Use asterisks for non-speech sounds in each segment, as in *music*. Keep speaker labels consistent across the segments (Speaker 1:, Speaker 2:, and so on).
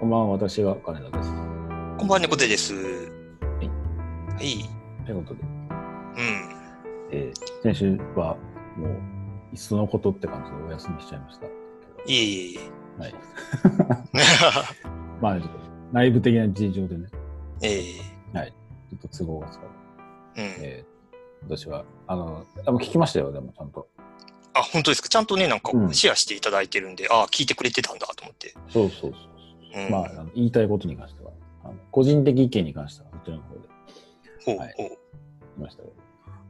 Speaker 1: こんばんは、私は金田です。
Speaker 2: こんばんは、猫手です。はいい。はい。
Speaker 1: ということで、
Speaker 2: うん。
Speaker 1: えー先週はもう、いっそのことって感じでお休みしちゃいました。
Speaker 2: いえいえいえ。
Speaker 1: はい。まあ、ちょっと内部的な事情でね、
Speaker 2: え *laughs*
Speaker 1: ちょっと都合がつかない。
Speaker 2: えうん。
Speaker 1: えー私は、あの、あの聞きましたよ、でもちゃんと。
Speaker 2: あ、本当ですか。ちゃんとね、なんか
Speaker 1: うん
Speaker 2: シェアしていただいてるんで、ああ、聞いてくれてたんだと思って。
Speaker 1: そうそうそう
Speaker 2: うん。
Speaker 1: まあ、あの言いたいことに関しては、あの個人的意見に関しては、こちらの方で
Speaker 2: ほうほう。
Speaker 1: はい言いましたけど。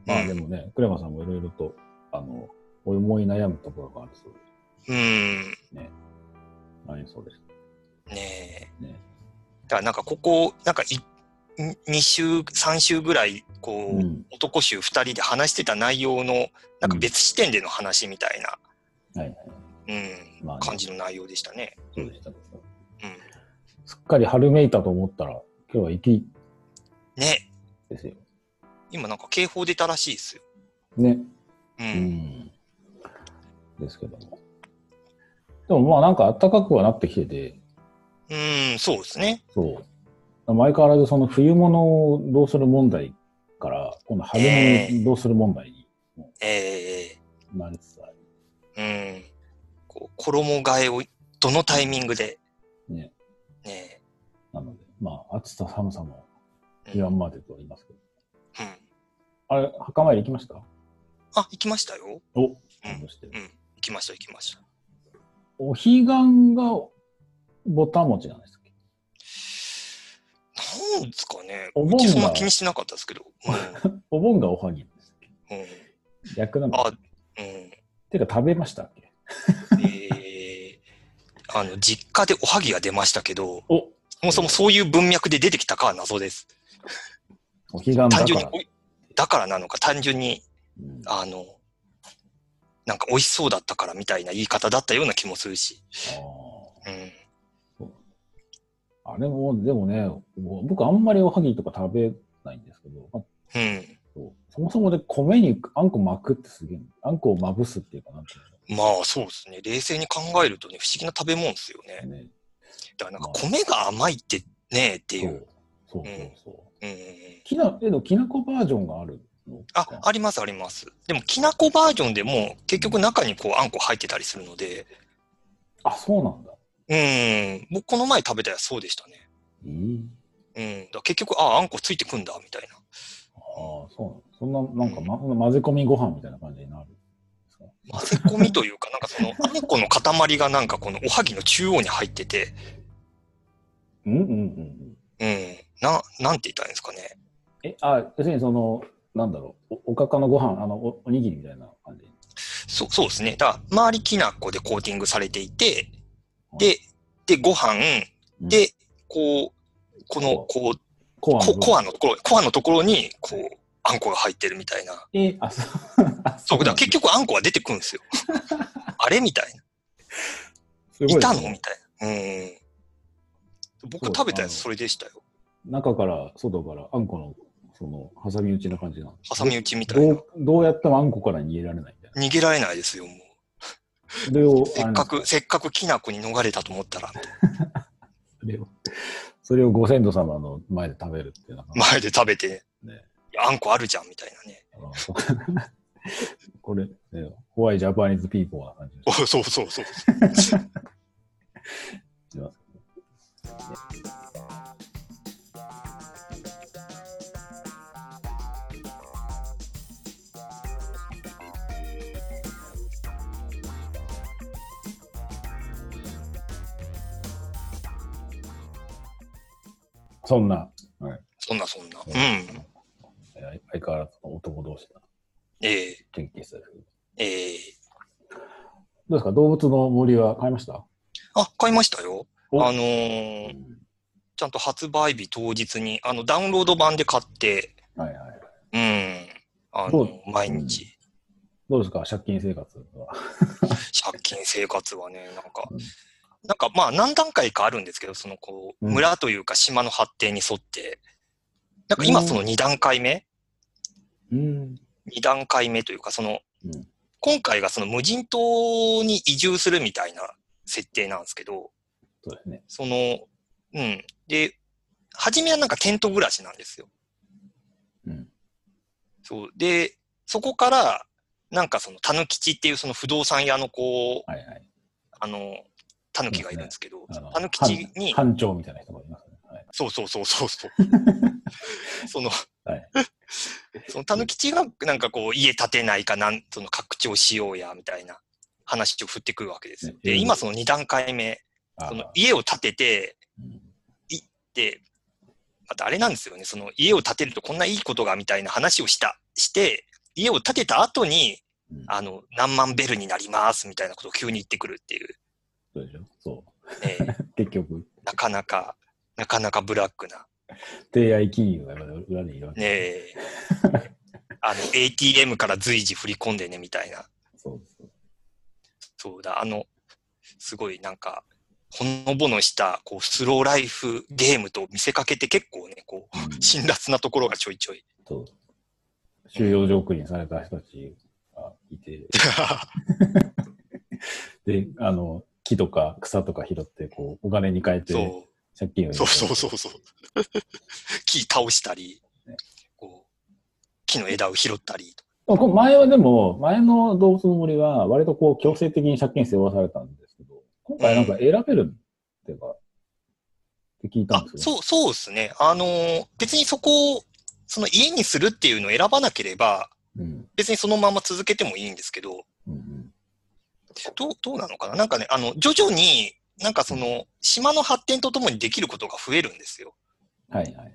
Speaker 1: まあ、でもね、クレマさんもいろいろと、あの、思い悩むところがあるそうで、
Speaker 2: うん。
Speaker 1: ありそうです
Speaker 2: ねえ。
Speaker 1: ね。
Speaker 2: だからなんかここ、なんかい2週、3週ぐらい、こう、
Speaker 1: うん。
Speaker 2: 男衆2人で話してた内容の、なんか別視点での話みたいな、
Speaker 1: はいはい。
Speaker 2: うん、
Speaker 1: まあね
Speaker 2: 感じの内容でしたね。
Speaker 1: そうでしたね。
Speaker 2: うん。
Speaker 1: すっかり春めいたと思ったら、今日は雪
Speaker 2: ね
Speaker 1: ですよ。
Speaker 2: 今なんか警報出たらしいですよ。
Speaker 1: ね。
Speaker 2: う。
Speaker 1: うんん。ですけども。でもまあなんか暖かくはなってきてて、
Speaker 2: うん、そうですね。
Speaker 1: そう。前からずその冬物をどうする問題から、今度春物をどうする問題に
Speaker 2: ええ
Speaker 1: なりつつある。
Speaker 2: うん、こう衣替えをどのタイミングで、
Speaker 1: ね。
Speaker 2: ね
Speaker 1: なので、まあ暑さ寒さも
Speaker 2: え
Speaker 1: 彼
Speaker 2: うん
Speaker 1: 岸までとは言いますけど。
Speaker 2: うん
Speaker 1: あれ、墓参り行きました
Speaker 2: あ、行きましたよ。
Speaker 1: おそ
Speaker 2: うん、
Speaker 1: して
Speaker 2: う。ん、行きました、行きました。
Speaker 1: お彼岸がぼた餅なんですっけ
Speaker 2: なんですかね、
Speaker 1: お
Speaker 2: う
Speaker 1: 盆が
Speaker 2: ちそんな気にしてなかったですけど、うん、
Speaker 1: お盆がおはぎなんですっけ
Speaker 2: うん、うん、
Speaker 1: 逆なんですっけてか食べましたっけ
Speaker 2: えーあの、実家でおはぎが出ましたけど、
Speaker 1: お
Speaker 2: そもそもそういう文脈で出てきたかは謎です。
Speaker 1: お彼岸だか
Speaker 2: 単純に
Speaker 1: ら、、
Speaker 2: だからなのか、単純に、
Speaker 1: うんあ
Speaker 2: あの、なんか美味しそうだったからみたいな言い方だったような気もするし、うん。
Speaker 1: ーあれもでもね僕あんまりおはぎとか食べないんですけど、まあ
Speaker 2: うん。
Speaker 1: そうそもそもで米にあんこ巻くってすげえあんこをまぶすっていうかなんていう
Speaker 2: まあそうですね。冷静に考えるとね、不思議な食べ物ですよね。
Speaker 1: のね
Speaker 2: だからなんか米が甘いってねえってい。
Speaker 1: そううそうそうそう、
Speaker 2: うんうんうん、
Speaker 1: きなえのきなこバージョンがあるの
Speaker 2: あ、ありますあります。でもきなこバージョンでも結局中にこうあんこ入ってたりするので、
Speaker 1: あそうなんだ
Speaker 2: うん。僕この前食べたやつそうでしたね。
Speaker 1: えー、
Speaker 2: うん。だから結局、ああ、んこついてくんだ、みたいな。
Speaker 1: ああそうなんそんななんか、ま、混ぜ込みご飯みたいな感じになるんですか
Speaker 2: 混ぜ込みというか、なんかその、あんこの塊がなんかこのおはぎの中央に入ってて、
Speaker 1: うんうんうんうん
Speaker 2: うん。な、なんて言ったらいいんですかね。
Speaker 1: え、あ、要するにその、なんだろう、おおかかのご飯、あのお、おにぎりみたいな感じ。
Speaker 2: そう、そうですね。だから、周りきな粉でコーティングされていて、で、で、ご飯、
Speaker 1: うん、
Speaker 2: で、こう、この、こう、
Speaker 1: コア
Speaker 2: コ
Speaker 1: の。
Speaker 2: コアのところ、コアのところに、こう、あんこが入ってるみたいな。
Speaker 1: え、あ、そう。
Speaker 2: *laughs*
Speaker 1: あ
Speaker 2: そう、だから
Speaker 1: なん
Speaker 2: 結局あんこは出てくるん
Speaker 1: *laughs*
Speaker 2: ですよ。あれみたいな。
Speaker 1: すご
Speaker 2: いたの
Speaker 1: ですね
Speaker 2: みたいな。うん。僕
Speaker 1: そう
Speaker 2: 食べたやつ
Speaker 1: あの
Speaker 2: それでしたよ。
Speaker 1: 中から、外から、あんこの、その、挟み撃ちな感じなの。
Speaker 2: 挟み撃ちみたい
Speaker 1: ど
Speaker 2: な。
Speaker 1: う、どうやってもあんこから逃げられないみたいな。
Speaker 2: 逃げられないですよ、もう。
Speaker 1: それを、
Speaker 2: せっかく、せっかくきな粉に逃れたと思ったら、
Speaker 1: あれなんですかそれを、それをご先祖様の前で食べるっていうのは、
Speaker 2: 前で食べて、
Speaker 1: ね
Speaker 2: いやあんこあるじゃん、みたいなね。
Speaker 1: あの *laughs* これ、ね、ホワイジャパニーズピーポーな感じ
Speaker 2: お *laughs* そうそうそ
Speaker 1: し
Speaker 2: う。
Speaker 1: ますけど。そんな、
Speaker 2: そんなそんな。う
Speaker 1: ね
Speaker 2: ん。
Speaker 1: えー相変わらずの男同士の
Speaker 2: ええ
Speaker 1: 研究室ですけど。
Speaker 2: ええ
Speaker 1: どうですか動物の森は買いました
Speaker 2: あ、買いましたよ。
Speaker 1: お
Speaker 2: あのーちゃんと発売日当日に、あの、ダウンロード版で買って、
Speaker 1: はいはい。
Speaker 2: うん。あ
Speaker 1: そ
Speaker 2: の
Speaker 1: う、
Speaker 2: 毎日。
Speaker 1: どうですか借金生活は。
Speaker 2: 借金生活はね、なんか
Speaker 1: うん、
Speaker 2: なんかまあ何段階かあるんですけど、そのこう、
Speaker 1: うん
Speaker 2: 村というか島の発展に沿って、なんか今その2段階目、
Speaker 1: うん。
Speaker 2: 2段階目というか、その
Speaker 1: うん、
Speaker 2: 今回がその無人島に移住するみたいな設定なんですけど、
Speaker 1: そうですね。
Speaker 2: その、うん。で、初めはなんかテント暮らしなんですよ。
Speaker 1: うん。
Speaker 2: そう。で、そこから、なんかその、たぬきちっていうその不動産屋のこう、
Speaker 1: はいはい。
Speaker 2: あの、たぬきがいるんですけど、
Speaker 1: あの
Speaker 2: たぬきちに、
Speaker 1: 班班長みたいな人がいますね。はい。
Speaker 2: そうそうそうそ
Speaker 1: *laughs*
Speaker 2: うそう。その、
Speaker 1: はい
Speaker 2: そのたぬきちがなんかこう家建てないかなん、その拡張しようやみたいな話を振ってくるわけですよ。
Speaker 1: う
Speaker 2: で、
Speaker 1: ん
Speaker 2: 今その2段階目、
Speaker 1: あー
Speaker 2: その家を建てて、
Speaker 1: うん
Speaker 2: で、またあれなんですよね、その家を建てるとこんないいことがみたいな話をした、して、家を建てた後に、
Speaker 1: うん
Speaker 2: あの、何万ベルになりますみたいなことを急に言ってくるっていう、
Speaker 1: そうでしょそ
Speaker 2: ね
Speaker 1: う。結局、
Speaker 2: *laughs* なかなか、なかなかブラックな
Speaker 1: 提愛金融が裏にいるわけ
Speaker 2: ねえ。あの、ATM から随時振り込んでね、みたいな。
Speaker 1: そうです。
Speaker 2: そうだ、あの、すごいなんか、ほのぼのした、こう、スローライフゲームと見せかけて結構ね、こう、
Speaker 1: うん
Speaker 2: 辛辣なところがちょいちょい。
Speaker 1: そう。収容所送りにされた人たちがいて、で、あの、木とか草とか拾って、こう、お金に変えて、
Speaker 2: そ
Speaker 1: 借金を入れ
Speaker 2: う、
Speaker 1: て
Speaker 2: そうそうそう *laughs* そう。木倒したり
Speaker 1: ね、
Speaker 2: こう、木の枝を拾ったりとか。
Speaker 1: まあこう前はでも、前の動物の森は、割とこう、強制的に借金して負わされたんですけど、今回なんか選べるっていうか、って聞いたん
Speaker 2: あ
Speaker 1: で、すよ。
Speaker 2: そう、そうですね。あのー別にそこを、その家にするっていうのを選ばなければ、
Speaker 1: うん。
Speaker 2: 別にそのまま続けてもいいんですけど、
Speaker 1: うんうん。
Speaker 2: どう、どうなのかななんかね、あの、徐々に、なんかその、島の発展とともにできることが増えるんですよ。
Speaker 1: はいはいはい。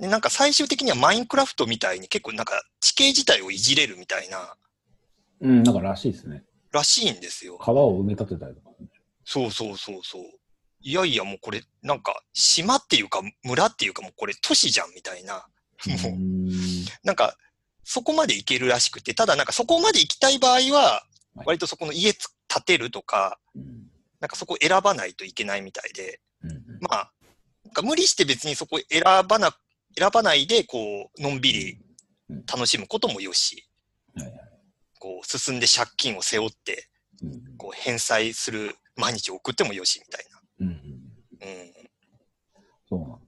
Speaker 2: で、なんか最終的にはマインクラフトみたいに結構なんか地形自体をいじれるみたいな、
Speaker 1: うん、なんからしいですね。
Speaker 2: らしいんですよ。
Speaker 1: 川を埋め立てたりとか、ね。
Speaker 2: そうそうそうそう。いやいやもうこれ、なんか島っていうか村っていうかもうこれ都市じゃんみたいな。もう、
Speaker 1: ん。
Speaker 2: なんか、そこまで行けるらしくて、ただなんかそこまで行きたい場合は、割とそこの家つ建てるとか、
Speaker 1: うん。
Speaker 2: なんかそこ選ばないといけないみたいで、
Speaker 1: うん
Speaker 2: まあ、なんか無理して別にそこ選ばな、選ばないで、こう、のんびり楽しむこともよし、
Speaker 1: はいはい。
Speaker 2: こう、進んで借金を背負って、
Speaker 1: うん。
Speaker 2: こう、返済する毎日を送ってもよし、みたい
Speaker 1: うんうん。
Speaker 2: な。うん。
Speaker 1: そうなんだ。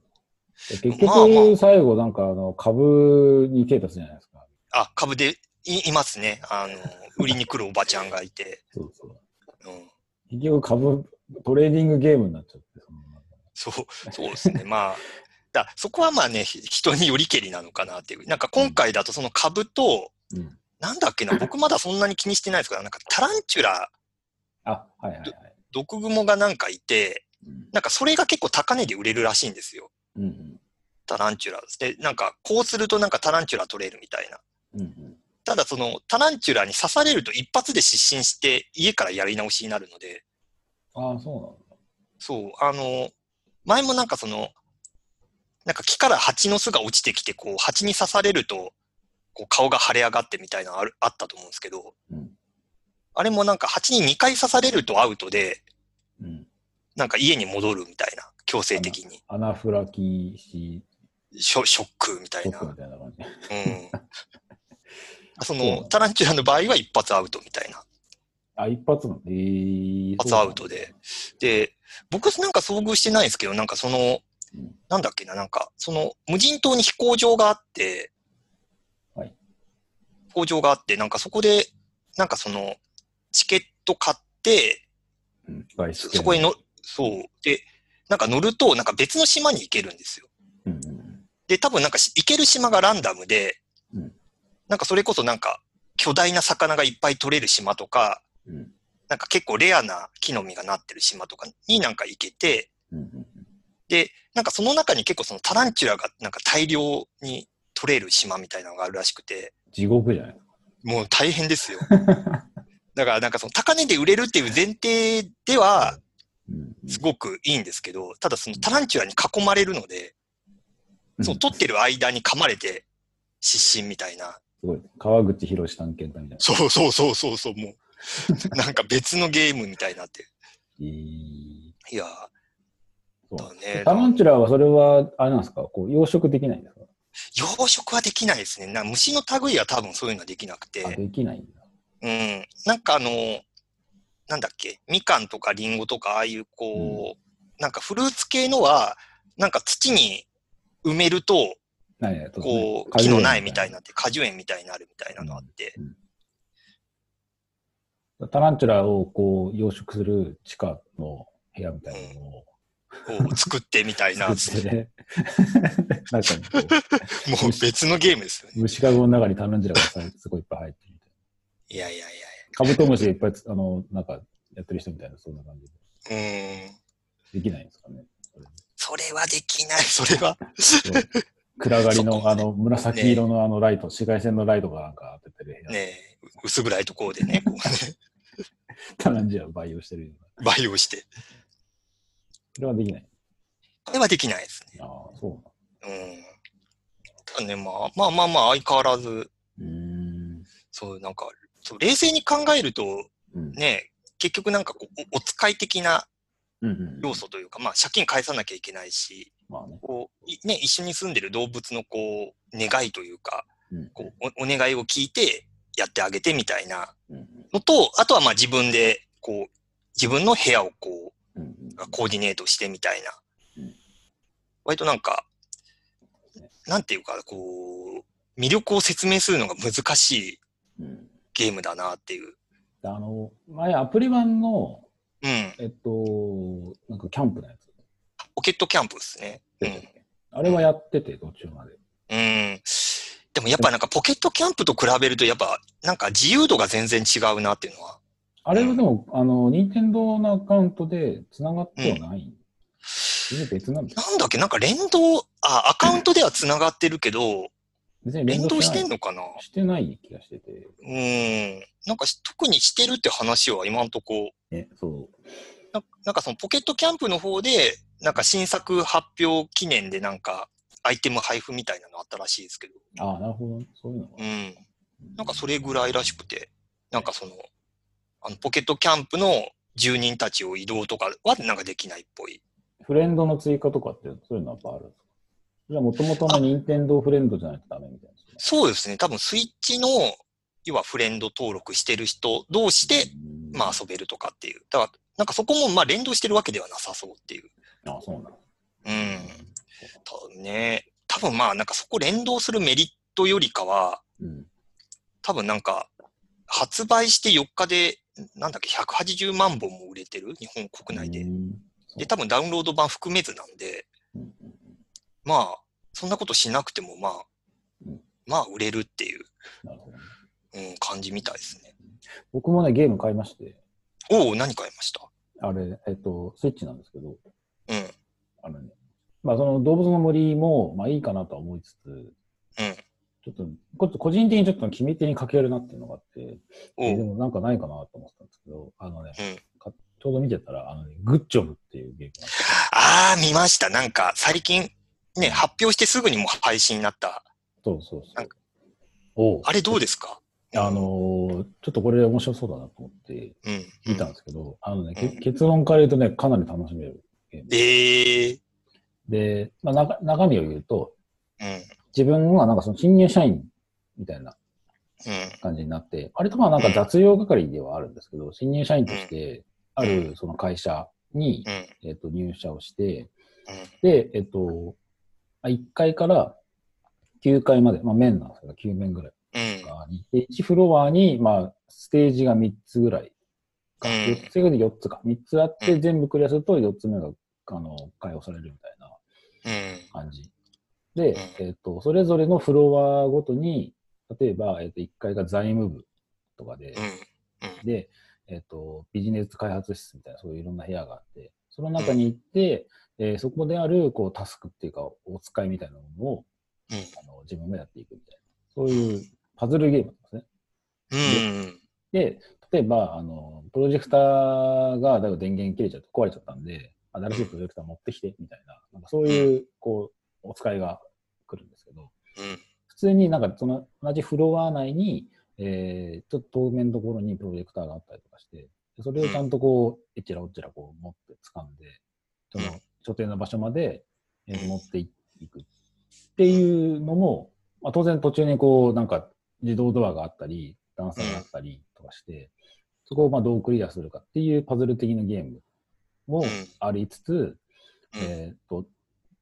Speaker 1: で結
Speaker 2: まあま
Speaker 1: 局、最後、なんか、あの、株に手出すじゃないですか。
Speaker 2: あ、株で、い、いますね。あの、売りに来るおばちゃんがいて。
Speaker 1: そうそう。
Speaker 2: うん。
Speaker 1: 結局、株、トレーディングゲームになっちゃって、そのなんか
Speaker 2: そう、そうですね。まあ、だそこはまあね、ひ人によりけりなのかなっていう。なんか今回だとその株と、
Speaker 1: うん
Speaker 2: なんだっけな、僕まだそんなに気にしてないですから、なんかタランチュラ、
Speaker 1: あ、はいはいはい。
Speaker 2: 毒蜘蛛がなんかいて、
Speaker 1: うん
Speaker 2: なんかそれが結構高値で売れるらしいんですよ。
Speaker 1: うん
Speaker 2: タランチュラです。で、なんかこうするとなんかタランチュラ取れるみたいな。
Speaker 1: うん。うん
Speaker 2: ただそのタランチュラに刺されると一発で失神して家からやり直しになるので、
Speaker 1: うん。ああ、そう
Speaker 2: そう、あの、前もなんかその、なんか木から蜂の巣が落ちてきて、こう蜂に刺されると、こう顔が腫れ上がってみたいなのあるあったと思うんですけど、
Speaker 1: うん
Speaker 2: あれもなんか蜂に2回刺されるとアウトで、
Speaker 1: なんだ。うん。
Speaker 2: なんか家に戻るみたいな、強制的に。
Speaker 1: アナフラキシ
Speaker 2: ショショックみたい
Speaker 1: ショッ。
Speaker 2: な
Speaker 1: クみたいな感じ。
Speaker 2: うん
Speaker 1: *laughs*
Speaker 2: そ
Speaker 1: そうなん
Speaker 2: の
Speaker 1: だ
Speaker 2: タランチュラの場合は一発アウトみたいな。
Speaker 1: あ、一発なんだ。えー
Speaker 2: 一発アウトで。。で、僕なんか遭遇してないんですけど、なんかその
Speaker 1: うん、
Speaker 2: なんだっけな、なんか、その無人島に飛行場があって、
Speaker 1: はい
Speaker 2: 飛行場があって、なんかそこで、なんかその、チケット買って、
Speaker 1: うん外
Speaker 2: そ
Speaker 1: 出
Speaker 2: そこへの、そう。で、なんか乗ると、なんか別の島に行けるんですよ。
Speaker 1: うんうん
Speaker 2: で、多分なんかし行ける島がランダムで、
Speaker 1: うん
Speaker 2: なんかそれこそなんか巨大な魚がいっぱい取れる島とか、
Speaker 1: うん。うん
Speaker 2: なんか結構レアな木の実がなってる島とかになんか行けて、
Speaker 1: うんうん
Speaker 2: で、なんかその中に結構そのタランチュラがなんか大量に取れる島みたいなのがあるらしくて、
Speaker 1: 地獄じゃない
Speaker 2: もう大
Speaker 1: *laughs*
Speaker 2: 変ですよ。だからなんかその高値で売れるっていう前提では
Speaker 1: うんうん
Speaker 2: すごくいいんですけど、ただそのタランチュラに囲まれるので、
Speaker 1: うん
Speaker 2: その取ってる間に噛まれて失神みたいな。
Speaker 1: すごい。川口博士探検隊みたい
Speaker 2: そうそうそうそうそう、も *laughs* う。なんか別のゲームみたいになって。
Speaker 1: な。えー
Speaker 2: いや
Speaker 1: そ
Speaker 2: ー、
Speaker 1: う
Speaker 2: だね。
Speaker 1: タランチュラはそれは、あれなんですかこう養殖できないんですか、
Speaker 2: 養殖はできないですね。な虫の類は多分そういうのはできなく
Speaker 1: あ、
Speaker 2: て。
Speaker 1: できないんだ。
Speaker 2: うん。なんかあの、なんだっけ、みかんとかりんごとか、ああいうこう、なんかフルーツ系のは、なんか土に埋めると、
Speaker 1: ないね。
Speaker 2: こう、
Speaker 1: 果
Speaker 2: 木
Speaker 1: 樹園
Speaker 2: の苗みたいになって、果樹園みたいになるみたいなのあって、
Speaker 1: タランチュラをこう養殖する地下の部屋みたいなのを
Speaker 2: こう作ってみた *laughs* いな、もう
Speaker 1: 作って *laughs* なんかこ
Speaker 2: 別のゲームですよね。
Speaker 1: う、虫かごの中にタランチュラがさすごいいっぱい入ってるみたい
Speaker 2: いやいやい
Speaker 1: な。カブトムシいっぱいつ、あの、なんかやってる人みたいな、そんな感じで。
Speaker 2: やいや。う
Speaker 1: で
Speaker 2: ん。
Speaker 1: きないんですかね。
Speaker 2: それはできない、それ *laughs* は。
Speaker 1: そう暗がり
Speaker 2: そ
Speaker 1: の、
Speaker 2: こ
Speaker 1: あの、紫色のあのライト、紫外線のライトがなんか当ててる部屋。
Speaker 2: ねえ、薄暗いところでね、こうね、
Speaker 1: タランチュラを培養してるような。
Speaker 2: 培養して。
Speaker 1: それはできない。
Speaker 2: これはできないですね。
Speaker 1: ああ、そうなんだ
Speaker 2: うん。ただね、まあまあまあまあ、相変わらず、
Speaker 1: うーん。
Speaker 2: そう、なんか、そう冷静に考えると、
Speaker 1: うん。
Speaker 2: ね、結局なんかこうお、お使い的な
Speaker 1: うんうん
Speaker 2: 要素というか、まあ、借金返さなきゃいけないし、
Speaker 1: まあね。
Speaker 2: こう、いね、一緒に住んでる動物のこう、願いというか、
Speaker 1: うん
Speaker 2: こうお、お願いを聞いてやってあげてみたいな
Speaker 1: うん
Speaker 2: のと、あとはまあ自分で、こう、自分の部屋をこ
Speaker 1: うんうんうん
Speaker 2: う、コーディネートしてみたいな
Speaker 1: うん。
Speaker 2: 割となんか、なんていうか、こう、魅力を説明するのが難しい
Speaker 1: うん
Speaker 2: ゲームだなっていう。
Speaker 1: あの、前アプリ版の、
Speaker 2: うん。
Speaker 1: えっと、なんかキャンプのやつ。
Speaker 2: ポケットキャンプですね。うん。
Speaker 1: あれはやってて、途中まで。
Speaker 2: うん。でもやっぱなんかポケットキャンプと比べるとやっぱなんか自由度が全然違うなっていうのは。
Speaker 1: あれはでも、あの、任天堂のアカウントで繋がってはない。全然別なんですよ
Speaker 2: なんだっけなんか連動、あ、アカウントでは繋がってるけど、
Speaker 1: 別に
Speaker 2: 連動して
Speaker 1: なんい
Speaker 2: のかな
Speaker 1: してない気がしてて。
Speaker 2: うん。なんかし特にしてるって話は今んとこ、
Speaker 1: ね、そ
Speaker 2: ななんかそのポケットキャンプの方で、なんか新作発表記念でなんかアイテム配布みたいなのあったらしいですけど、
Speaker 1: う。ああ、なるほど。そういうのが
Speaker 2: う。ん。なんかそれぐらいらしくて、なんかその、あのポケットキャンプの住人たちを移動とかはなんかできないっぽい。
Speaker 1: フレンドの追加とかって、そういうのはやっぱあるんですかじゃあ、もともとの任天堂フレンドじゃないとダメみたいな。
Speaker 2: そうですね。多分スイッチの、要はフレンド登録してる人同士で、
Speaker 1: うん
Speaker 2: まあ遊べるとかっていう。だから、なんかそこもまあ連動してるわけではなさそうっていう。
Speaker 1: ああ、そうなんだ。
Speaker 2: うん。多分ね、多分まあなんかそこ連動するメリットよりかは、
Speaker 1: うん。
Speaker 2: 多分なんか、発売して4日で、なんだっけ、180万本も売れてる日本国内で
Speaker 1: う。ん。そう
Speaker 2: で、多分ダウンロード版含めずなんで、
Speaker 1: うん
Speaker 2: まあ、そんなことしなくてもまあ
Speaker 1: うん、
Speaker 2: まあ売れるっていう、
Speaker 1: なるほどね。
Speaker 2: うん、感じみたいですね。
Speaker 1: 僕もね、ゲーム買いまして、
Speaker 2: おお、何買いました
Speaker 1: あれ、えっと、スイッチなんですけど、
Speaker 2: うん、
Speaker 1: あのね、まあその動物の森も、まあいいかなとは思いつつ、ちょっと、こ個人的にちょっと決め手に欠けるなっていうのがあって、
Speaker 2: う
Speaker 1: え
Speaker 2: ん、
Speaker 1: で
Speaker 2: おう
Speaker 1: もなんかないかなと思ってたんですけど、あのね、
Speaker 2: うん
Speaker 1: かちょうど見てたら、あのね、グッジョブっていうゲームなんですよ
Speaker 2: ああ、見ました。なんか、最近、ね、発表してすぐにもう配信になった。
Speaker 1: そうそうそ
Speaker 2: なん
Speaker 1: う。おう
Speaker 2: あれどうですか
Speaker 1: あの、ーちょっとこれ面白そうだなと思って
Speaker 2: うん。
Speaker 1: 見たんですけど、あのね、け
Speaker 2: うん
Speaker 1: 結論から言うとね、かなり楽しめるゲーム。
Speaker 2: ええ
Speaker 1: で、まあ中中身を言うと、
Speaker 2: ー、
Speaker 1: 自分はなんかその新入社員みたいな
Speaker 2: うん、うん、
Speaker 1: 感じになって、割とまあなんか雑用係ではあるんですけど、新入社員として、あ
Speaker 2: う
Speaker 1: るその会社に、
Speaker 2: うん、
Speaker 1: えっと入社をして、
Speaker 2: うん。
Speaker 1: で、えっと、あ1階から9階まで、まあ面なんですけど、9面ぐらい
Speaker 2: うん
Speaker 1: がにで、1フロアに、まあ、ステージが3つぐらい。
Speaker 2: うん
Speaker 1: 4つぐらい4つか。3つあっ
Speaker 2: う
Speaker 1: て、
Speaker 2: ん
Speaker 1: 全部クリアすると4つ目が、あの、解放されるみたいな
Speaker 2: うん
Speaker 1: 感じ。で、えっ、と、それぞれのフロアごとに、例えば、えっ、と、1階が財務部とかで、
Speaker 2: うん
Speaker 1: で、えっ、と、ビジネス開発室みたいな、そういういろんな部屋があって、その中に行って、えーそこである、こう、タスクっていうか、お使いみたいなものを、
Speaker 2: うん
Speaker 1: あの自分もやっていくみたいな、そういうパズルゲームなんですね。
Speaker 2: うん
Speaker 1: で、例えば、あの、プロジェクターが、だから電源切れちゃって壊れちゃったんで、新しいプロジェクター持ってきて、みたいな、なんかそういう、こう、お使いが来るんですけど、
Speaker 2: うん
Speaker 1: 普通になんかその同じフロア内に、えー、ちょっと当面のところにプロジェクターがあったりとかして、でそれをちゃんとこう、えちらおちらこう持って掴んで、そ
Speaker 2: うん
Speaker 1: の所定の場所まで、えー
Speaker 2: うん
Speaker 1: 持っていくっていうのも、まあ、当然途中にこう、なんか自動ドアがあったり、段差があったりとかして、そこをまあどうクリアするかっていうパズル的なゲームも
Speaker 2: うん
Speaker 1: ありつつ、
Speaker 2: うん
Speaker 1: えーっと、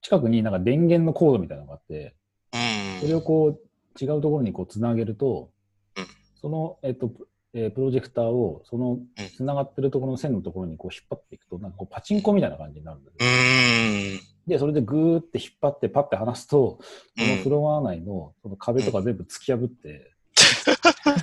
Speaker 1: 近くになんか電源のコードみたいなのがあって、
Speaker 2: うん。
Speaker 1: それをこう、違うところにこう、つなげると
Speaker 2: うん、
Speaker 1: その、えーっと、プえープロジェクターを、その、つながってるところの線のところにこう、引っ張っていくと、なんかこう、パチンコみたいな感じになるんです
Speaker 2: う
Speaker 1: よ。
Speaker 2: ん。
Speaker 1: で、それでぐーって引っ張って、パッて離すと、
Speaker 2: う
Speaker 1: そのフ
Speaker 2: ん。
Speaker 1: ロア内のその壁とか全部突き破って、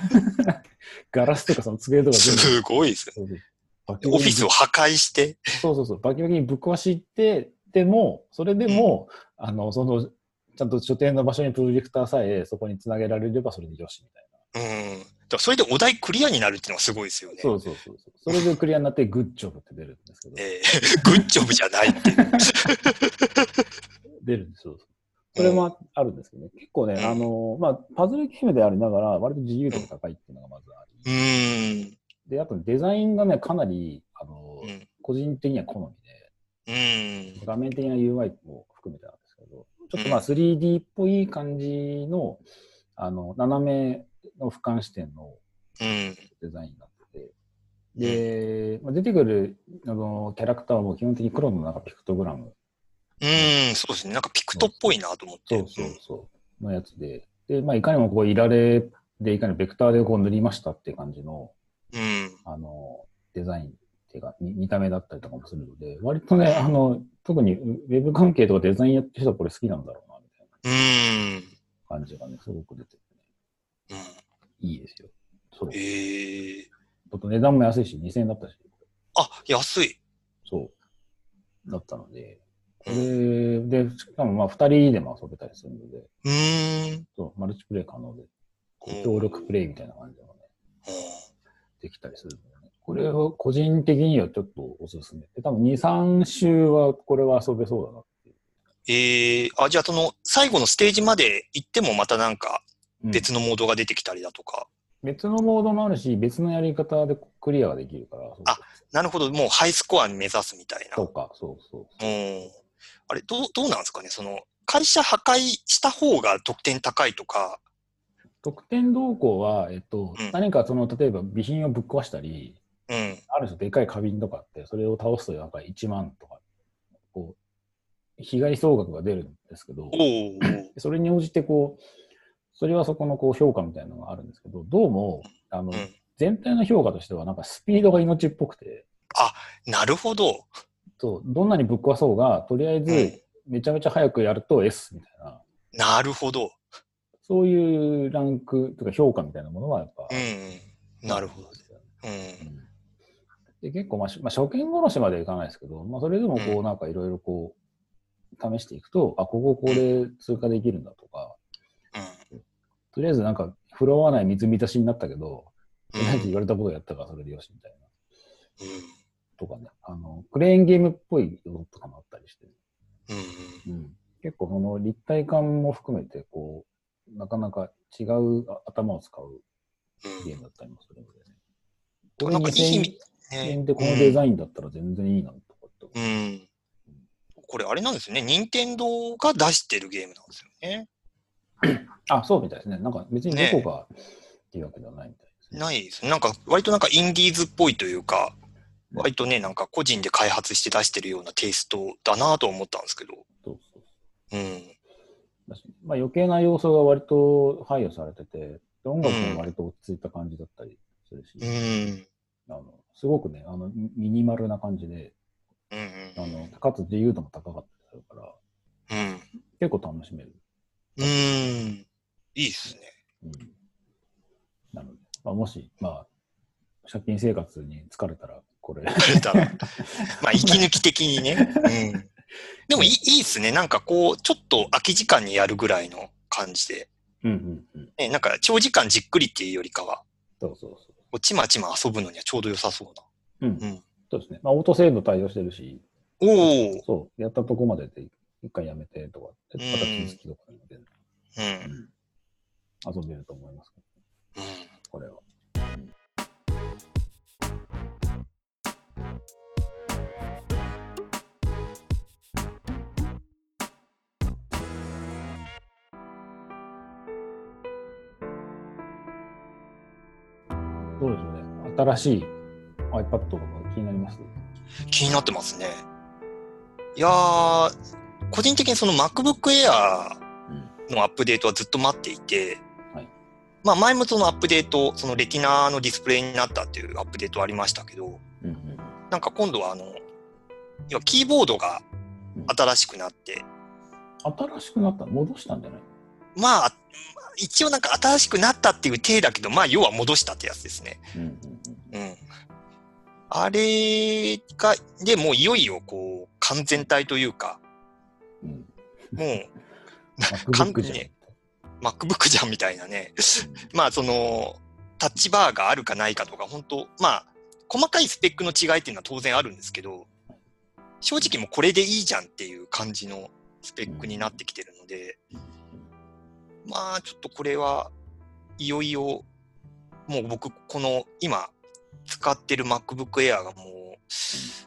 Speaker 1: *laughs* ガラスとかその机とか全部
Speaker 2: すごいですね。
Speaker 1: そうそうバキバキに
Speaker 2: オフィスを破壊して、
Speaker 1: そうそうそう、バキバキにぶっ壊して、でも、それでも、あの、その、ちゃんと所定の場所にプロジェクターさえそこにつなげられればそれでよしみたい
Speaker 2: うん。だからそれでお題クリアになるっていうのがすごいですよね
Speaker 1: な。。そうそうそうそう。それでクリアになってグッジョブって出るんですけど、
Speaker 2: えーグッジョブじゃないっていう。
Speaker 1: 出るんですよ。それもあるんですけどね。結構ね、
Speaker 2: うん
Speaker 1: あの、まあ、パズルゲームでありながら、割と自由度が高いっていうのがまずあ
Speaker 2: う
Speaker 1: り。
Speaker 2: ん。
Speaker 1: で、あとデザインがね、かなり、あの
Speaker 2: う、ん。
Speaker 1: 個人的には好み
Speaker 2: うん
Speaker 1: で、。画面的な UI も含めてなんですけど、ちょっとまあ 3D っぽい感じの、あの、斜めの俯瞰視点の
Speaker 2: う
Speaker 1: デ
Speaker 2: ん。
Speaker 1: ザインになってて、で、まあ、出てくるあのキャラクターはもう基本的に黒のなんかピクトグラム、
Speaker 2: うん。そうですね。なんかピクトっぽいなと思って。
Speaker 1: そうそうそう、のやつで、で、まあいかにもこういられで、いかにもベクターでこう塗りましたって感じの、
Speaker 2: うん。
Speaker 1: あの、デザインっていうか、に見た目だったりとかもするので、割とね、あの、特にウウェブ関係とかデザインやってる人はこれ好きなんだろうな、みたいな
Speaker 2: うん。うん。
Speaker 1: 感じがね、すごく出てて、いいですよ。そう。ち
Speaker 2: ええ。
Speaker 1: ょっと値段も安いし、2000円だったし、
Speaker 2: あ、安い。
Speaker 1: そう。だったので、こ
Speaker 2: う
Speaker 1: れ
Speaker 2: ん。
Speaker 1: で、しかもまあ2人でも遊べたりするので、
Speaker 2: うん。
Speaker 1: そう、マルチプレイ可能で、こ
Speaker 2: うん
Speaker 1: う協力プレイみたいな感じもね、できたりするのでね。これは個人的にはちょっとおすすめ。で、多分2、3週はこれは遊べそうだなっていう。
Speaker 2: ええ。あ、じゃあその最後のステージまで行ってもまたなんか
Speaker 1: うん
Speaker 2: 別のモードが出てきたりだとか。
Speaker 1: 別のモードもあるし、別のやり方でクリアができるから。そう
Speaker 2: あなるほど。もうハイスコアに目指すみたいな。
Speaker 1: そううか、そうそ
Speaker 2: ん。あれ、どう、どうなんですかね。その、会社破壊した方が得点高いとか。
Speaker 1: う。得点動向は、えっと、
Speaker 2: うん
Speaker 1: 何かその、例えば備品をぶっ壊したり、
Speaker 2: うん。
Speaker 1: ある種でかい花瓶とかあって、それを倒すとなんか1万とか、こう、被害総額が出るんですけど、
Speaker 2: おー。
Speaker 1: それに応じてこう、それはそこのこう評価みたいなのがあるんですけど、どうも、あの、
Speaker 2: うん
Speaker 1: 全体の評価としてはなんかスピードが命っぽくて、
Speaker 2: なるほど。
Speaker 1: そう、どんなにぶっ壊そうが、とりあえ
Speaker 2: う
Speaker 1: ず
Speaker 2: ん、
Speaker 1: めちゃめちゃ早くやると S みたいな、
Speaker 2: なるほど。
Speaker 1: そういうランクとか評価みたいなものはやっぱ。
Speaker 2: うん。なるほど。
Speaker 1: ですよね。
Speaker 2: う。
Speaker 1: うんんで結構、まあ、しまあ、初見殺しまではいかないですけど、まあ、それでもこ
Speaker 2: う
Speaker 1: う、なんかいろいろこう、試していくと、あ、こここれ通過できるんだとか、とりあえずなんか、フロア内水浸しになったけど、
Speaker 2: うん。
Speaker 1: なんて言われたことやったからそれでよしみたいな。
Speaker 2: う
Speaker 1: とかね、あの、クレーンゲームっぽいものとかもあったりして、
Speaker 2: ん。うん。
Speaker 1: 結構その立体感も含めて、こう、なかなか違うあ頭を使う
Speaker 2: うん。
Speaker 1: ゲームだったりもするのでね。
Speaker 2: う
Speaker 1: こ
Speaker 2: ん
Speaker 1: れ
Speaker 2: なんかいい意
Speaker 1: 2000
Speaker 2: 味ね
Speaker 1: 円でこのデザインだったら全然いいなとかって思う、
Speaker 2: うん。これあれなんですよね。任天堂が出してるゲームなんですよね。
Speaker 1: あ、そうみたいですね。なんか別にどこかっていうわけではないみたいですね。
Speaker 2: ないですね。なんか割となんかインディーズっぽいというか、
Speaker 1: うん
Speaker 2: 割とね、なんか個人で開発して出してるようなテイストだなと思ったんですけど。
Speaker 1: そうそう
Speaker 2: うん。
Speaker 1: だしまあ余計な要素が割と配慮されてて、で音楽も割と落ち着いた感じだったりするし、
Speaker 2: うん。
Speaker 1: あのすごくねあの、ミミニマルな感じで、
Speaker 2: うん
Speaker 1: あのかつ自由度も高かったりするから、
Speaker 2: うん。うん。
Speaker 1: 結構楽しめる。
Speaker 2: うん。いいですね。
Speaker 1: うん、なので、まあ、もし、まあ、借金生活に疲れたら、これ、
Speaker 2: くれたら。まあ、息抜き的にね。うん。でもいい、いいっすね。なんかこう、ちょっと空き時間にやるぐらいの感じで。
Speaker 1: うんうんうん、
Speaker 2: ね、なんか長時間じっくりっていうよりかは、
Speaker 1: *laughs* そうそうそ
Speaker 2: こうちまちま遊ぶのにはちょうど良さそう
Speaker 1: う。うん
Speaker 2: な。うん。
Speaker 1: そうですね。まあ、オートセーブ対応してるし、
Speaker 2: おお。
Speaker 1: そう、やったとこまでで一回やめてとかって、
Speaker 2: うん
Speaker 1: また続きとかにも全然
Speaker 2: うん。
Speaker 1: 遊べると思いますけど、
Speaker 2: うん。
Speaker 1: これは。どうでしょうね。新しい iPad とか気になります
Speaker 2: 気になってますね。いやー、個人的にその MacBook Air
Speaker 1: うん。
Speaker 2: のアップデートはずっと待っていて、
Speaker 1: はい
Speaker 2: まあ前もそのアップデート、そのレティナのディスプレイになったっていうアップデートありましたけど、
Speaker 1: うんうん
Speaker 2: なんか今度はあの、要はキーボードが新しくなって、
Speaker 1: 新しくなった戻したんじゃない
Speaker 2: まあ、一応なんか新しくなったっていう体だけど、まあ要は戻したってやつですね。
Speaker 1: うんうん
Speaker 2: うん。あれが、でもういよいよこう、完全体というか、
Speaker 1: うんうん。
Speaker 2: もう
Speaker 1: MacBook じゃん。
Speaker 2: MacBook じゃんみたいなね。まあその、タッチバーがあるかないかとか、本当まあ、細かいスペックの違いっていうのは当然あるんですけど、正直もうこれでいいじゃんっていう感じのスペックになってきてるので、まあちょっとこれはいよいよもう僕この今使ってる MacBook Air がもう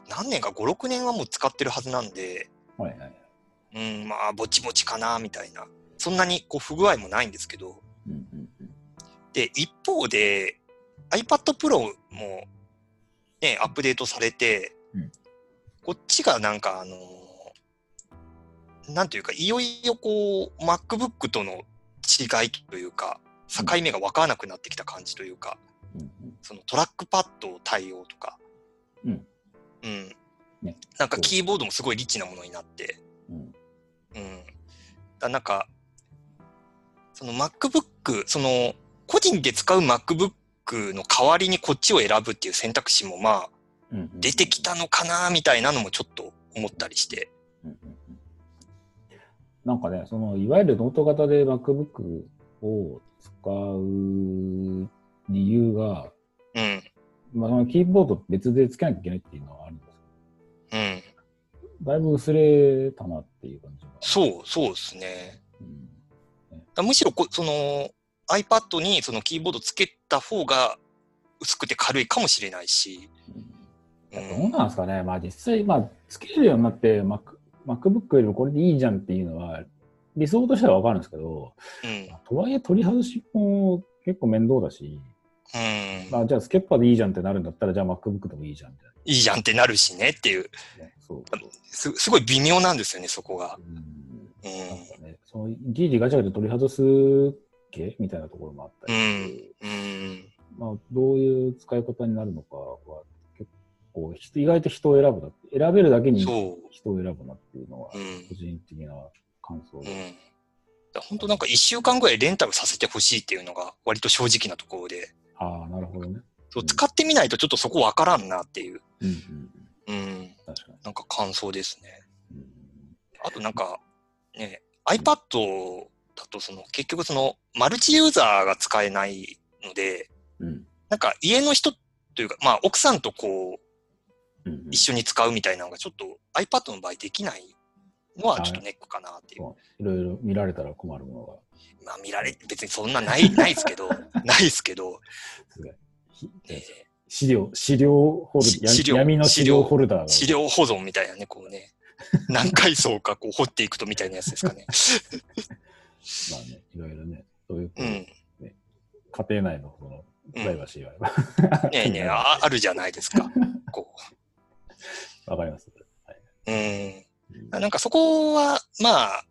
Speaker 2: 何年か5、6年はもう使ってるはずなんで、
Speaker 1: はいはい。
Speaker 2: うんまあぼちぼちかなみたいな。そんなにこう不具合もないんですけど、
Speaker 1: うんうんうん
Speaker 2: で、一方で iPad Pro もね、アップデートされて、
Speaker 1: うん
Speaker 2: こっちがなんかあのーなんというか、いよいよこう MacBook との違いというか、境目が分からなくなってきた感じというか、
Speaker 1: うん
Speaker 2: そのトラックパッド対応とか、
Speaker 1: うん
Speaker 2: うん
Speaker 1: ね
Speaker 2: なんかキーボードもすごいリッチなものになって、
Speaker 1: うんうん
Speaker 2: うん。だなんか、その MacBook、その、個人で使う MacBook の代わりにこっちを選ぶっていう選択肢もまあ、
Speaker 1: うんうん
Speaker 2: 出てきたのかなみたいなのもちょっと思ったりして。
Speaker 1: うんうんうんなんかね、そのいわゆるノート型で MacBook を使う理由が、
Speaker 2: うん、
Speaker 1: まあ、そのキーボード別でつけなきゃいけないっていうのはあるんです
Speaker 2: うん。
Speaker 1: けど、だいぶ薄れたなっていう感じが。
Speaker 2: そう、そうですね。
Speaker 1: うん
Speaker 2: だむしろこ、その、iPad にそのキーボードつけた方が薄くて軽いかもしれないし。う、
Speaker 1: どうんなんですかね、まあ、実際、まあ、つけるようになって、Mac、MacBook よりもこれでいいじゃんっていうのは、理想としてはわかるんですけど、
Speaker 2: うん
Speaker 1: まあ、とはいえ取り外しも結構面倒だし、
Speaker 2: うん。
Speaker 1: まあ、じゃあスケッパーでいいじゃんってなるんだったら、じゃあ MacBook でもいいじゃんみたい
Speaker 2: いいじゃんってなるしねっていう。
Speaker 1: な、ね。そう。
Speaker 2: すすごい微妙なんですよね、そこが
Speaker 1: う。ん
Speaker 2: うん。
Speaker 1: なんかね、そのいじいじガチャガチャ取り外す系みたいなところもあったりして、
Speaker 2: うん。
Speaker 1: まあ、どういう使い方になるのかは結構ひ意外と人を選ぶなって選べるだけに人
Speaker 2: そ
Speaker 1: を選ぶなっていうのは
Speaker 2: う。
Speaker 1: 個
Speaker 2: うん。
Speaker 1: 人的な感想
Speaker 2: う
Speaker 1: で、
Speaker 2: ん。本当なんか一週間ぐらいレンタルさせてほしいっていうのが割と正直なところで、
Speaker 1: ああなるほどね、
Speaker 2: そ
Speaker 1: う
Speaker 2: う
Speaker 1: ん
Speaker 2: 使ってみないとちょっとそこわからんなっていう、
Speaker 1: うんうんうん、
Speaker 2: うん、
Speaker 1: 確かに、
Speaker 2: なんか感想ですね。
Speaker 1: うん
Speaker 2: あとなんか、ね、iPad だとその結局そのマルチユーザーが使えないので、
Speaker 1: うん
Speaker 2: なんか家の人というか、まあ奥さんとこう
Speaker 1: うんうん、
Speaker 2: 一緒に使うみたいなのがちょっと iPad の場合できないのはちょっとネックかなっていう。
Speaker 1: いろいろ見られたら困るものが
Speaker 2: まあ見られ、別にそんなない、 *laughs* ないですけど、ないですけど、
Speaker 1: すごいひ
Speaker 2: え
Speaker 1: 資料資料ホル
Speaker 2: し
Speaker 1: や
Speaker 2: 資料
Speaker 1: 闇の資料ホルダーが
Speaker 2: ー資料保存みたいなね、こうね、何階層かこう掘っていくとみたいなやつですかね。
Speaker 1: まあねいろいろねそういう、
Speaker 2: うん。ね
Speaker 1: 家庭内のそのプライバシーは、
Speaker 2: えねえ、ああるじゃないですか。こ
Speaker 1: わかります。
Speaker 2: う。うん。なんかそこは、まあ、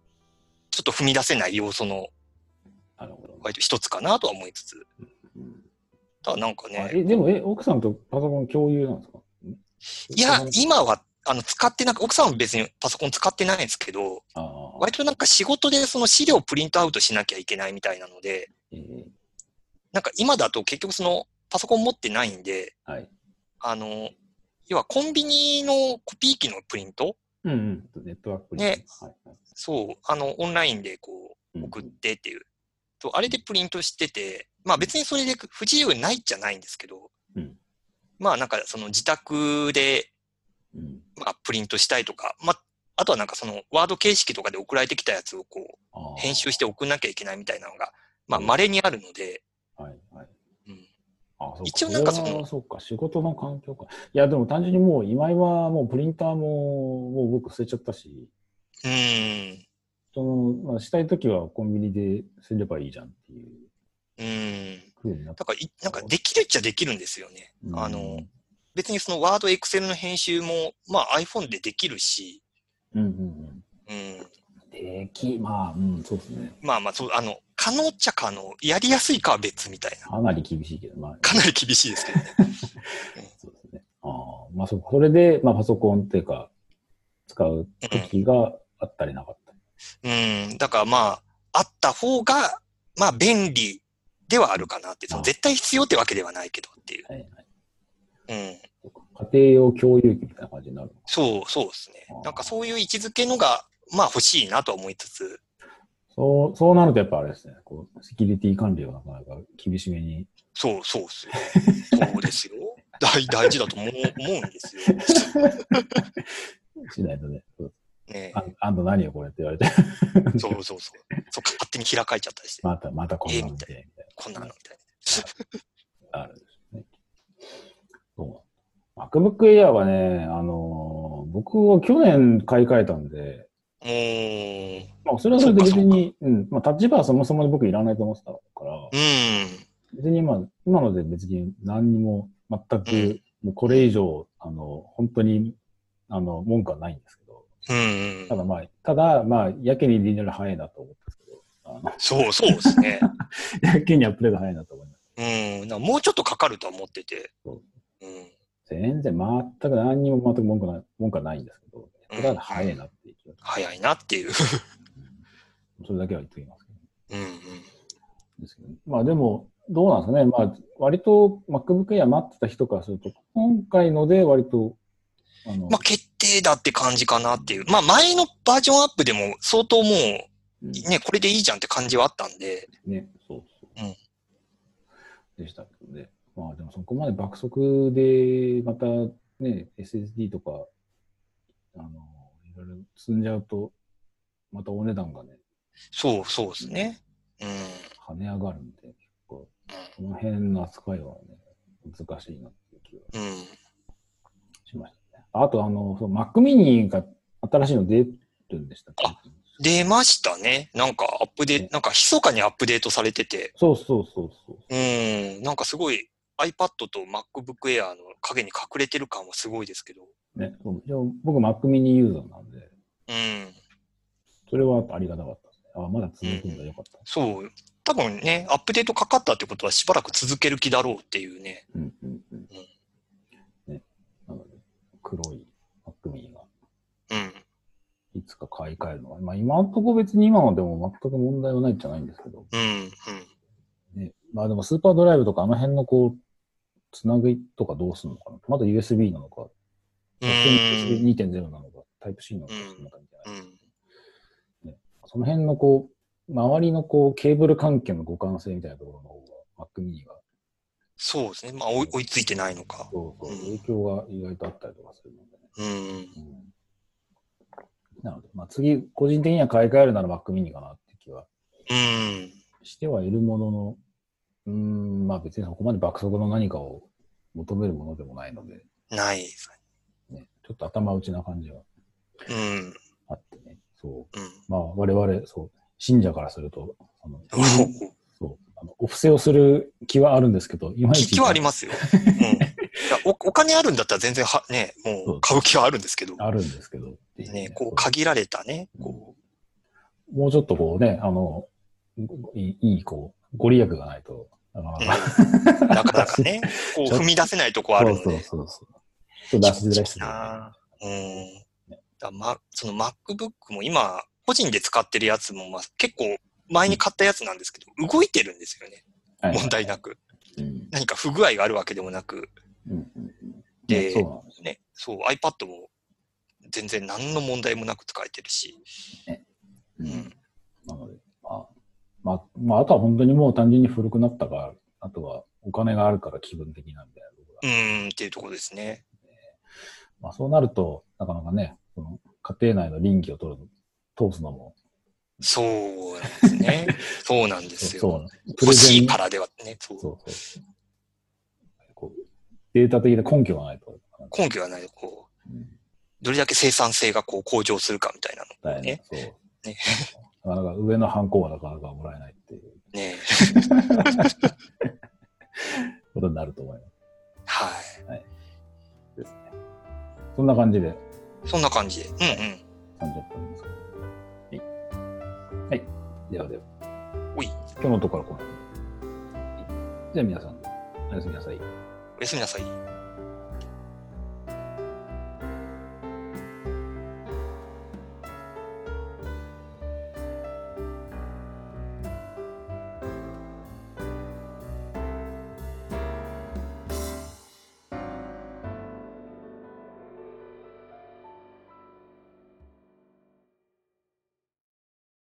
Speaker 2: ちょっと踏み出せない要素の
Speaker 1: なるほど。
Speaker 2: 割と一つかなとは思いつつ、ただなんか
Speaker 1: あ
Speaker 2: ね、
Speaker 1: えでもえ、奥さんとパソコン共有なんですか
Speaker 2: いや、今は、あの、使ってなく、奥さんは別にパソコン使ってないんですけど、
Speaker 1: ああ、
Speaker 2: 割となんか仕事でその資料をプリントアウトしなきゃいけないみたいなので、
Speaker 1: ええ
Speaker 2: なんか今だと結局そのパソコン持ってないんで、
Speaker 1: はい。
Speaker 2: あの、要はコンビニのコピー機のプリント
Speaker 1: うんうん。ネットワークに
Speaker 2: ね
Speaker 1: はいはい
Speaker 2: そう、あの、オンラインでこ
Speaker 1: うん
Speaker 2: う送ってっていう。とあれでプリントしてて、まあ別にそれで不自由ないじゃないんですけど、
Speaker 1: うん
Speaker 2: まあなんかその自宅で、
Speaker 1: うん。
Speaker 2: まあ、プリントしたいとか、まあ、あとはなんかそのワード形式とかで送られてきたやつをこう
Speaker 1: ああ
Speaker 2: 編集して送んなきゃいけないみたいなのが、まあ稀にあるので、
Speaker 1: はいはい。
Speaker 2: うん
Speaker 1: あそうか
Speaker 2: 一応なんかその
Speaker 1: これはそうか、仕事の環境か。いや、でも単純にもう今はもうプリンターももう僕捨てちゃったし、
Speaker 2: うーん。
Speaker 1: その、まあ、したいときはコンビニですればいいじゃんっていう
Speaker 2: うーん。
Speaker 1: ふうになっ
Speaker 2: だからい、なんかできるっちゃできるんですよね。
Speaker 1: うん
Speaker 2: あの、別にそのワード、エクセルの編集も、まあ iPhone でできるし、
Speaker 1: うんうん
Speaker 2: う
Speaker 1: う
Speaker 2: ん。
Speaker 1: ん。でき、まあ、うん、そうですね。
Speaker 2: まあまあ、そう、あの、可能っちゃ可能。やりやすいかは別みたいな。
Speaker 1: かなり厳しいけど、まあ、
Speaker 2: かなり厳し
Speaker 1: *laughs*
Speaker 2: いですけどね。
Speaker 1: そうですね。ああ、まあそうか。それで、まあパソコンっていうか、使う時があったりなかったり。
Speaker 2: うん。だからまあ、あった方が、まあ便利ではあるかなって、その絶対必要ってわけではないけどっていう。
Speaker 1: はいはい
Speaker 2: うん。
Speaker 1: そうか家庭用共有機みたいな感じになるのか
Speaker 2: そう、そうですね。なんかそういう位置づけのが、まあ欲しいなとは思いつつ、
Speaker 1: そう、そうなるとやっぱあれですね。こう、セキュリティ管理はなかなか厳しめに。
Speaker 2: そう、そう
Speaker 1: *laughs*
Speaker 2: ですよ。そうですよ。大大事だと思う思うんですよ。
Speaker 1: しないとね。そう
Speaker 2: ね
Speaker 1: ああんた何よこれって言われて。 *laughs*
Speaker 2: そうそうそう。そうか、勝手に開かれちゃったりして、
Speaker 1: また、またこんなので、みたい
Speaker 2: こんなのみたい
Speaker 1: な。あるんですよね。そうなんだ MacBook Air はね、あのー僕は去年買い替えたんで、
Speaker 2: な。も
Speaker 1: まあ、それはそれで別
Speaker 2: そうかそ
Speaker 1: に、うん。まあ、タッチバーはそもそも僕いらないと思ってたから、
Speaker 2: う、うん。
Speaker 1: 別に今、今ので別に何にも全く、
Speaker 2: うん
Speaker 1: もうこれ以上、あの、本当に、あの、文句はないんですけど、
Speaker 2: うん
Speaker 1: ただまあ、ただまあ、やけにリニューアル早いなと思ったんですけど、あの
Speaker 2: そうそうですね。
Speaker 1: やけにアップデート早いなと思いまし
Speaker 2: うん。なんかもうちょっとかかるとは思ってて。
Speaker 1: そう
Speaker 2: うん。
Speaker 1: た。全然、全く何にも全く文句ない、文句はないんですけど、ただ早いなっていう気が、
Speaker 2: 早いなっていう。 *laughs*
Speaker 1: それだけは言っておきますけど。
Speaker 2: うんうん。
Speaker 1: ですけどねまあでも、どうなんですかね。まあ、割と MacBook Air 待ってた人からすると、今回ので割と、あの、
Speaker 2: まあ決定だって感じかなっていう。まあ前のバージョンアップでも相当もうね、
Speaker 1: うん
Speaker 2: これでいいじゃんって感じはあったんで。
Speaker 1: ね、そうそう。
Speaker 2: うん
Speaker 1: でしたけどね。まあでもそこまで爆速で、またね、SSD とか、あの、いろいろ積んじゃうと、またお値段がね、
Speaker 2: そうそうですね。う
Speaker 1: 跳
Speaker 2: ん。
Speaker 1: ね上がるんで、結構、この辺の扱いはね、難しいなっていう気が
Speaker 2: うん。
Speaker 1: しましたね。あと、あの、その Mac mini が新しいの出るんでしたっけ
Speaker 2: あ出ましたね。なんかアップデート、なんか密かにアップデートされてて。
Speaker 1: そうそうそうそう。
Speaker 2: うん。なんかすごい iPad と MacBook Air の影に隠れてる感はすごいですけど。
Speaker 1: ね、そう一応僕、Mac mini ユーザーなんで、
Speaker 2: うん。
Speaker 1: それはありがたかったですね。あ、まだ続くんだ、よかった。
Speaker 2: そう。多分ね、アップデートかかったってことはしばらく続ける気だろうっていうね。
Speaker 1: うんうんうん。ね、なので、黒い Mac mini が
Speaker 2: うん。
Speaker 1: いつか買い替えるのは、まあ今のとこ別に今のでも全く問題はないじゃないんですけど、
Speaker 2: うん。うん。
Speaker 1: ね、まあでもスーパードライブとかあの辺のこう、つなぎとかどうするのかな。まだ USB なのか、
Speaker 2: う
Speaker 1: USB
Speaker 2: ん。
Speaker 1: 2.0なのか、タイプ C なのか、
Speaker 2: うん
Speaker 1: その中みたいな
Speaker 2: うん
Speaker 1: その辺のこう、周りのこう、ケーブル関係の互換性みたいなところの方が、Mac mini が、
Speaker 2: そうですね。まあ追い、追いついてないのか。
Speaker 1: そうそうう、
Speaker 2: ん
Speaker 1: 影響が意外とあったりとかするのでね。
Speaker 2: うん。
Speaker 1: なので、まあ、次、個人的には買い替えるなら Mac mini かなって気は
Speaker 2: うん。
Speaker 1: してはいるものの、うーん、まあ別にそこまで爆速の何かを求めるものでもないので、
Speaker 2: ないです
Speaker 1: ね、ちょっと頭打ちな感じが
Speaker 2: ね。うん。
Speaker 1: あってね、そうう、まあ我々、そう、信者からすると、あ
Speaker 2: *laughs*
Speaker 1: の、
Speaker 2: ん。
Speaker 1: そう、あのお布施をする気はあるんですけど、いまい
Speaker 2: 気
Speaker 1: ち。
Speaker 2: 気はありますよ。うん。いやおお金あるんだったら全然は、ね、もう買う気はあるんですけど。
Speaker 1: あるんですけど。ってい
Speaker 2: ね、こ
Speaker 1: そう
Speaker 2: 限られたね。
Speaker 1: こうもうちょっとこうね、あの、いい、いいこう、ご利益がないと、なかな
Speaker 2: うん
Speaker 1: か。
Speaker 2: なかなか *laughs* ね、こう踏み出せないとこあるので。
Speaker 1: そうそうそうそう。ちょっと出しづらいですね。
Speaker 2: なうん。だからま、その MacBook も今、個人で使ってるやつも、まあ、結構前に買ったやつなんですけど、動いてるんですよね。
Speaker 1: はい
Speaker 2: 問題なく。
Speaker 1: うん
Speaker 2: 何か不具合があるわけでもなく。
Speaker 1: うんうん
Speaker 2: で
Speaker 1: ねそうなんですね。
Speaker 2: ね。そう、iPad も全然何の問題もなく使えてるし。
Speaker 1: う
Speaker 2: うんん。
Speaker 1: なので、まあ、まあ、まあ、あとは本当にもう単純に古くなったか、あとはお金があるから気分的なみたいなところ
Speaker 2: う
Speaker 1: が。
Speaker 2: ーん、っていうところですね。
Speaker 1: まあ、そうなると、なかなかね、その家庭内の臨機を取るの、通すのも、
Speaker 2: そうなんですね。 *laughs* そうなんです
Speaker 1: そう
Speaker 2: よ。
Speaker 1: そう、プレ
Speaker 2: 欲し
Speaker 1: ゼ
Speaker 2: い
Speaker 1: ン
Speaker 2: からではね、そう。
Speaker 1: そうそう。こうデータ的な根拠がないと。
Speaker 2: 根拠がない、こう
Speaker 1: うん、
Speaker 2: どれだけ生産性がこう向上するかみたいな
Speaker 1: だ
Speaker 2: の
Speaker 1: よ
Speaker 2: をね
Speaker 1: ね。。そう。
Speaker 2: ね
Speaker 1: なかなか上のハンコはなかなかもらえないっていう
Speaker 2: ね
Speaker 1: ことになると思いま
Speaker 2: はい。
Speaker 1: す。そんな感じで、
Speaker 2: そんな感じで。うんうん。
Speaker 1: 30分ですか。はい。はい。ではでは。
Speaker 2: おい
Speaker 1: 今日のところはこの辺ではいじゃあ皆さん、おやすみなさい。
Speaker 2: おやすみなさい。